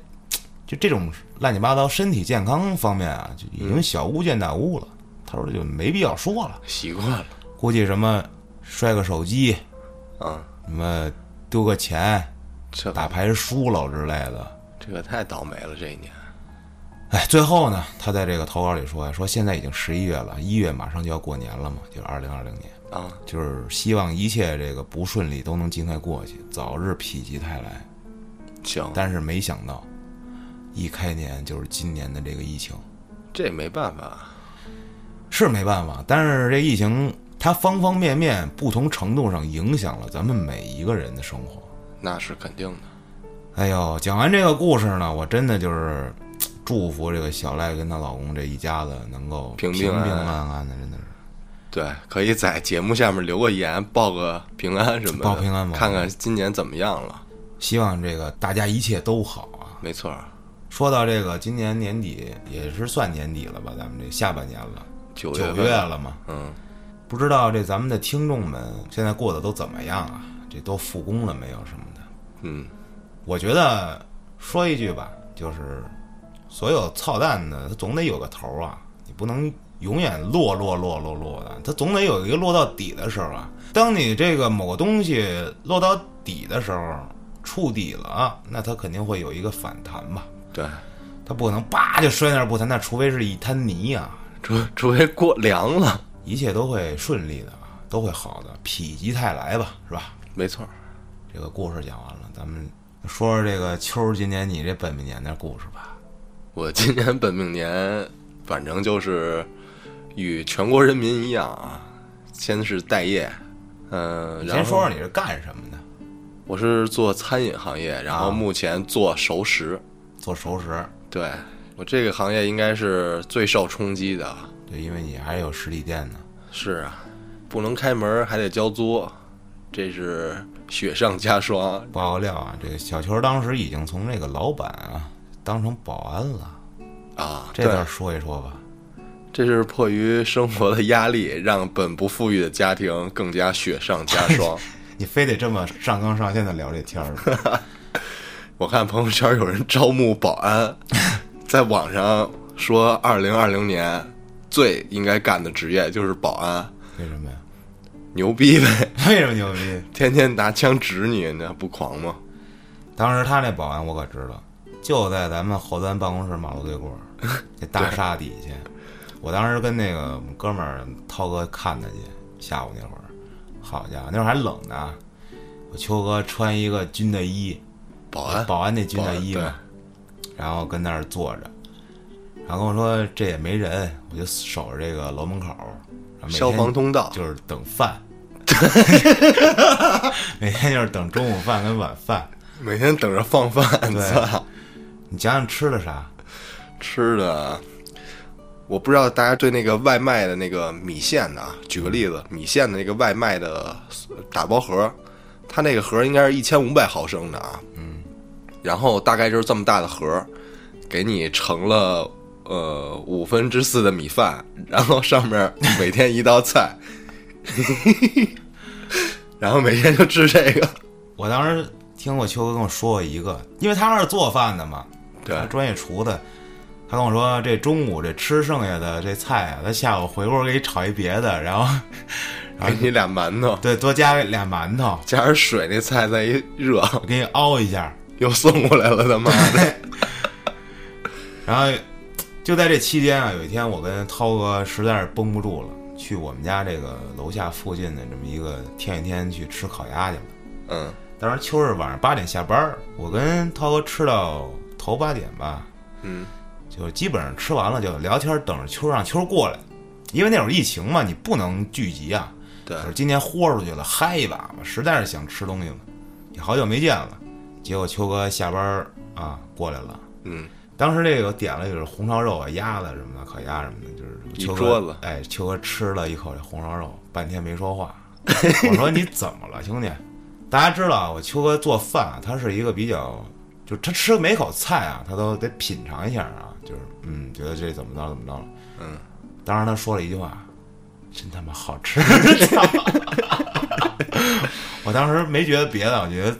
[SPEAKER 1] 就这种乱七八糟身体健康方面啊，就已经小巫见大巫了。他说就没必要说了，
[SPEAKER 2] 习惯了
[SPEAKER 1] 估计什么摔个手机，
[SPEAKER 2] 啊，
[SPEAKER 1] 什么丢个钱，
[SPEAKER 2] 这
[SPEAKER 1] 打牌输了之类的。
[SPEAKER 2] 这个太倒霉了，这一年
[SPEAKER 1] 哎，最后呢，他在这个投稿里说呀，说现在已经十一月了，一月马上就要过年了嘛，就是二零二零年，
[SPEAKER 2] 啊，
[SPEAKER 1] 就是希望一切这个不顺利都能尽快过去，早日否极泰来。
[SPEAKER 2] 行，
[SPEAKER 1] 但是没想到，一开年就是今年的这个疫情，
[SPEAKER 2] 这没办法，
[SPEAKER 1] 是没办法。但是这疫情它方方面面、不同程度上影响了咱们每一个人的生活。
[SPEAKER 2] 那是肯定的。
[SPEAKER 1] 哎呦，讲完这个故事呢，我真的就是祝福这个小赖跟她老公这一家子能够
[SPEAKER 2] 平
[SPEAKER 1] 平
[SPEAKER 2] 平安安
[SPEAKER 1] 安安的，真的是。
[SPEAKER 2] 对，可以在节目下面留个言，报个平安什么的，
[SPEAKER 1] 报平安吧
[SPEAKER 2] 看看今年怎么样了。
[SPEAKER 1] 希望这个大家一切都好啊！
[SPEAKER 2] 没错儿，
[SPEAKER 1] 说到这个，今年年底也是算年底了吧？咱们这下半年了，
[SPEAKER 2] 九
[SPEAKER 1] 九
[SPEAKER 2] 份
[SPEAKER 1] 月了嘛，
[SPEAKER 2] 嗯，
[SPEAKER 1] 不知道这咱们的听众们现在过得都怎么样啊？这都复工了没有什么的？
[SPEAKER 2] 嗯，
[SPEAKER 1] 我觉得说一句吧，就是所有操蛋的，它总得有个头儿啊，你不能永远落落落落落的，它总得有一个落到底的时候啊。当你这个某个东西落到底的时候，触底了啊，那它肯定会有一个反弹吧，
[SPEAKER 2] 对，
[SPEAKER 1] 它不可能叭就摔那儿不弹，那除非是一滩泥啊，
[SPEAKER 2] 除除非过凉了，
[SPEAKER 1] 一切都会顺利的啊，都会好的，否极泰来吧，是吧？
[SPEAKER 2] 没错儿。
[SPEAKER 1] 这个故事讲完了，咱们说说这个秋儿今年你这本命年的故事吧。
[SPEAKER 2] 我今年本命年，反正就是与全国人民一样啊，先是待业，嗯、
[SPEAKER 1] 你
[SPEAKER 2] 然
[SPEAKER 1] 先
[SPEAKER 2] 后
[SPEAKER 1] 说说你是干什么的？
[SPEAKER 2] 我是做餐饮行业，然后
[SPEAKER 1] 啊
[SPEAKER 2] 目前做熟食。
[SPEAKER 1] 做熟食，
[SPEAKER 2] 对我这个行业应该是最受冲击的。
[SPEAKER 1] 对，因为你还有实体店呢。
[SPEAKER 2] 是啊，不能开门还得交租，这是雪上加霜。
[SPEAKER 1] 不好料啊，这个小秋儿当时已经从这个老板啊当成保安了，
[SPEAKER 2] 啊，
[SPEAKER 1] 这
[SPEAKER 2] 对
[SPEAKER 1] 段说一说吧。
[SPEAKER 2] 这是迫于生活的压力，让本不富裕的家庭更加雪上加 霜。
[SPEAKER 1] 你非得这么上纲上线的聊这天 儿，
[SPEAKER 2] 我看朋友圈有人招募保安，在网上说，二零二零年最应该干的职业就是保安，
[SPEAKER 1] 为什么呀？
[SPEAKER 2] 牛逼呗！
[SPEAKER 1] 为什么牛逼？
[SPEAKER 2] 天天拿枪指你，那不狂吗？
[SPEAKER 1] 当时他那保安我可知道，就在咱们后端办公室马路对过儿 那大厦底下。我当时跟那个我们哥们儿涛哥看他去，下午那会儿，好家伙，那会儿还冷呢。我秋哥穿一个军大衣，
[SPEAKER 2] 保安，
[SPEAKER 1] 保安那军大衣
[SPEAKER 2] 保
[SPEAKER 1] 嘛
[SPEAKER 2] 安，
[SPEAKER 1] 然后跟那儿坐着，然后跟我说这也没人，我就守着这个楼门口儿，然后每天
[SPEAKER 2] 消防通道
[SPEAKER 1] 就是等 饭，每天就是等中午饭跟晚饭。
[SPEAKER 2] 每天等着放饭。操，
[SPEAKER 1] 你想想吃的啥？
[SPEAKER 2] 吃的，我不知道大家对那个外卖的那个米线的啊，举个例子，米线的那个外卖的打包盒，它那个盒应该是一千五百毫升的啊，嗯，然后大概就是这么大的盒，给你盛了呃五分之四的米饭，然后上面每天一道菜， 然后每天就吃这个，
[SPEAKER 1] 我当时听我秋哥跟我说过一个，因为他是做饭的嘛，
[SPEAKER 2] 对
[SPEAKER 1] 他，专业厨的，他跟我说这中午这吃剩下的这菜啊，他下午回锅给你炒一别的，然后 然
[SPEAKER 2] 给你俩馒头，
[SPEAKER 1] 对，多加俩馒头，
[SPEAKER 2] 加点水，那菜再一热，
[SPEAKER 1] 给你熬一下。
[SPEAKER 2] 又送过来了，他妈的！
[SPEAKER 1] 然后就在这期间啊，有一天我跟涛哥实在是绷不住了，去我们家这个楼下附近的这么一个天一天去吃烤鸭去了。
[SPEAKER 2] 嗯，
[SPEAKER 1] 当时秋日晚上八点下班儿，我跟涛哥吃到头八点吧，
[SPEAKER 2] 嗯，
[SPEAKER 1] 就基本上吃完了就聊天，等着秋儿让秋儿过来，因为那会儿疫情嘛，你不能聚集啊。
[SPEAKER 2] 对
[SPEAKER 1] 就是今天豁出去了，嗨一把吧，实在是想吃东西了，也好久没见了。结果秋哥下班儿啊过来了，
[SPEAKER 2] 嗯，
[SPEAKER 1] 当时这个点了就是红烧肉啊、鸭子什么的，烤鸭什么的，就是
[SPEAKER 2] 一
[SPEAKER 1] 秋哥
[SPEAKER 2] 桌子
[SPEAKER 1] 哎，秋哥吃了一口这红烧肉，半天没说话。 我说你怎么了，兄弟？大家知道啊，我秋哥做饭啊，他是一个比较，就他吃每口菜啊，他都得品尝一下啊，就是嗯，觉得这怎么着怎么着了。
[SPEAKER 2] 嗯，
[SPEAKER 1] 当时他说了一句话：“真他妈好吃！” 我当时没觉得别的，我觉得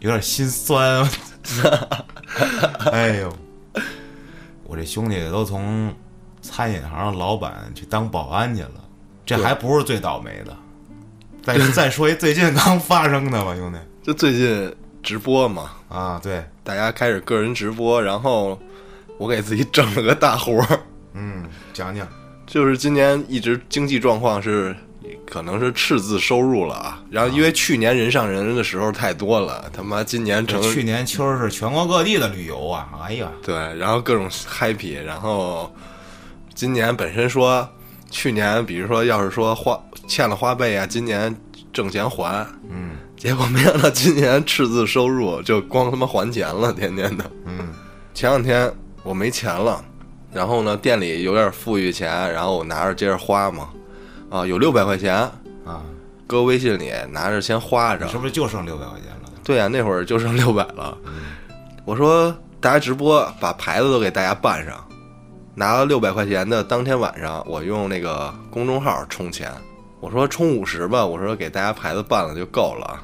[SPEAKER 1] 有点心酸。 哎呦，我这兄弟都从餐饮行的老板去当保安去了，这
[SPEAKER 2] 对
[SPEAKER 1] 还不是最倒霉的。再再说一最近刚发生的吧，兄弟
[SPEAKER 2] 就最近直播嘛，
[SPEAKER 1] 啊，对，
[SPEAKER 2] 大家开始个人直播，然后我给自己整了个大活儿，
[SPEAKER 1] 嗯，讲讲，
[SPEAKER 2] 就是今年一直经济状况是。可能是赤字收入了啊，然后因为去年人上人的时候太多了，他妈今年
[SPEAKER 1] 这
[SPEAKER 2] 成
[SPEAKER 1] 去年秋儿是全国各地的旅游啊，哎呀，
[SPEAKER 2] 对，然后各种 happy，然后今年本身说，去年比如说要是说花欠了花呗啊，今年挣钱还，
[SPEAKER 1] 嗯
[SPEAKER 2] 结果没想到今年赤字收入，就光他妈还钱了，天天的。
[SPEAKER 1] 嗯
[SPEAKER 2] 前两天我没钱了，然后呢店里有点富裕钱，然后我拿着接着花嘛，啊有六百块钱
[SPEAKER 1] 啊，
[SPEAKER 2] 搁微信里拿着先花着
[SPEAKER 1] 你，是不是就剩六百块钱了？
[SPEAKER 2] 对啊，那会儿就剩六百了。我说大家直播把牌子都给大家办上，拿了六百块钱的当天晚上，我用那个公众号充钱。我说充五十吧，我说给大家牌子办了就够了啊，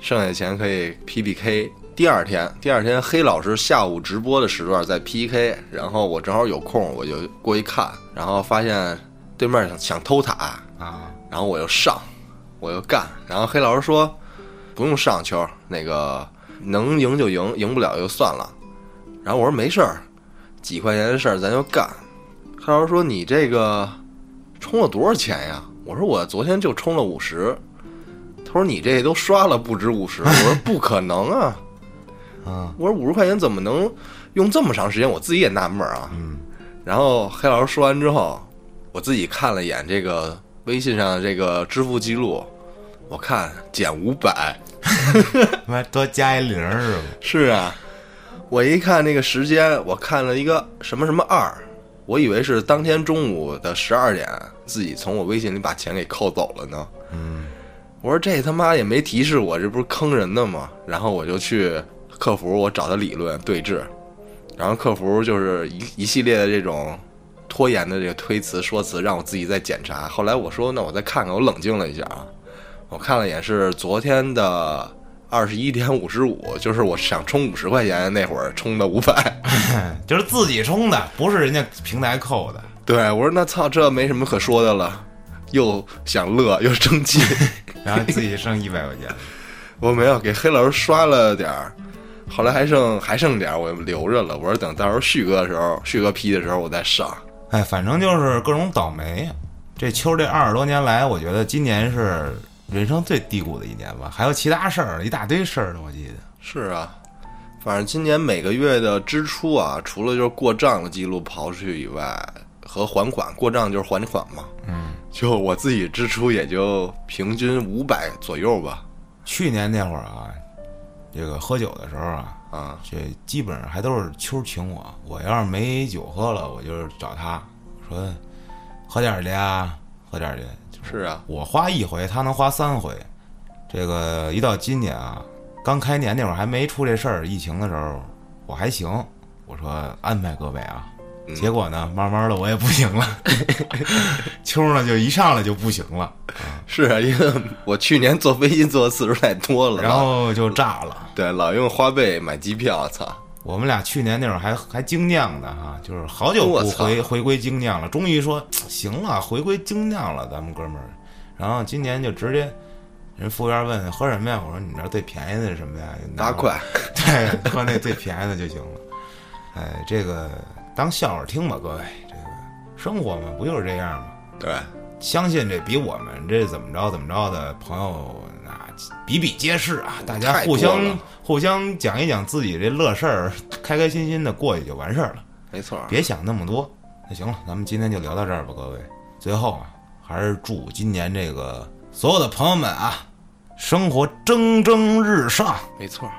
[SPEAKER 2] 剩下钱可以 P P K。第二天，第二天黑老师下午直播的时段在 P K，然后我正好有空，我就过去看，然后发现对面想想偷塔，
[SPEAKER 1] 啊，
[SPEAKER 2] 然后我又上，我又干，然后黑老师说不用上球，那个能赢就赢，赢不了就算了。然后我说没事儿，几块钱的事儿咱就干。黑老师说你这个充了多少钱呀？我说我昨天就充了五十。他说你这都刷了不止五十。我说不可能啊！
[SPEAKER 1] 嗯
[SPEAKER 2] 我说五十块钱怎么能用这么长时间？我自己也纳闷儿啊。
[SPEAKER 1] 嗯
[SPEAKER 2] 然后黑老师说完之后，我自己看了一眼这个微信上的这个支付记录，我看减五百，
[SPEAKER 1] 他妈多加一零儿是吧？
[SPEAKER 2] 是啊，我一看那个时间，我看了一个什么什么二，我以为是当天中午的十二点自己从我微信里把钱给扣走了呢。嗯，我说这他妈也没提示我，这不是坑人的吗？然后我就去客服，我找他理论对质，然后客服就是一一系列的这种。拖延的这个推辞说辞，让我自己再检查。后来我说，那我再看看。我冷静了一下啊，我看了一眼是昨天的二十一点五十五，就是我想充五十块钱那会儿充的五百。
[SPEAKER 1] 哎就是自己充的，不是人家平台扣的。
[SPEAKER 2] 对我说那操，这没什么可说的了，又想乐又生气，
[SPEAKER 1] 然后自己剩一百块钱，
[SPEAKER 2] 我没有给黑老师刷了点儿。后来还剩还剩点儿，我留着了。我说等到时候旭哥的时候，旭哥批的时候我再上。
[SPEAKER 1] 哎，反正就是各种倒霉。这秋儿这二十多年来，我觉得今年是人生最低谷的一年吧，还有其他事儿，一大堆事儿呢，我记得。
[SPEAKER 2] 是啊，反正今年每个月的支出啊，除了就是过账的记录刨出去以外，和还款过账就是还款嘛。
[SPEAKER 1] 嗯，
[SPEAKER 2] 就我自己支出也就平均五百左右吧。
[SPEAKER 1] 去年那会儿啊，这个喝酒的时候啊，
[SPEAKER 2] 啊，
[SPEAKER 1] 这基本上还都是秋儿请我，我要是没酒喝了，我就找他说喝点儿去啊，喝点儿去。
[SPEAKER 2] 是啊，
[SPEAKER 1] 我花一回，他能花三回。这个一到今年啊，刚开年那会儿还没出这事儿，疫情的时候我还行，我说安排各位啊。
[SPEAKER 2] 嗯
[SPEAKER 1] 结果呢，慢慢的我也不行 了，秋儿呢就一上来就不行了，
[SPEAKER 2] 是啊，因为我去年坐飞机坐的次数太多了，
[SPEAKER 1] 然后就炸了。
[SPEAKER 2] 对老用花呗买机票，操，
[SPEAKER 1] 我们俩去年那会儿还还精酿呢哈、就是好久
[SPEAKER 2] 我
[SPEAKER 1] 不
[SPEAKER 2] 操
[SPEAKER 1] 回回归精酿了，终于说行了，回归精酿了，咱们哥们儿。然后今年就直接人服务员问喝什么呀？我说你这最便宜的是什么呀？拿
[SPEAKER 2] 八
[SPEAKER 1] 过来
[SPEAKER 2] 块，
[SPEAKER 1] 对，喝那最便宜的就行了。哎，这个当笑话听吧，各位，这个生活嘛，不就是这样吗？
[SPEAKER 2] 对，
[SPEAKER 1] 相信这比我们这怎么着怎么着的朋友啊，比比皆是啊，大家
[SPEAKER 2] 太多
[SPEAKER 1] 互相
[SPEAKER 2] 了
[SPEAKER 1] 互相讲一讲自己这乐事儿，开开心心的过去就完事儿了，
[SPEAKER 2] 没错儿，
[SPEAKER 1] 别想那么多。那行了，咱们今天就聊到这儿吧，各位。最后啊，还是祝今年这个所有的朋友们啊，生活蒸蒸日上。
[SPEAKER 2] 没错儿。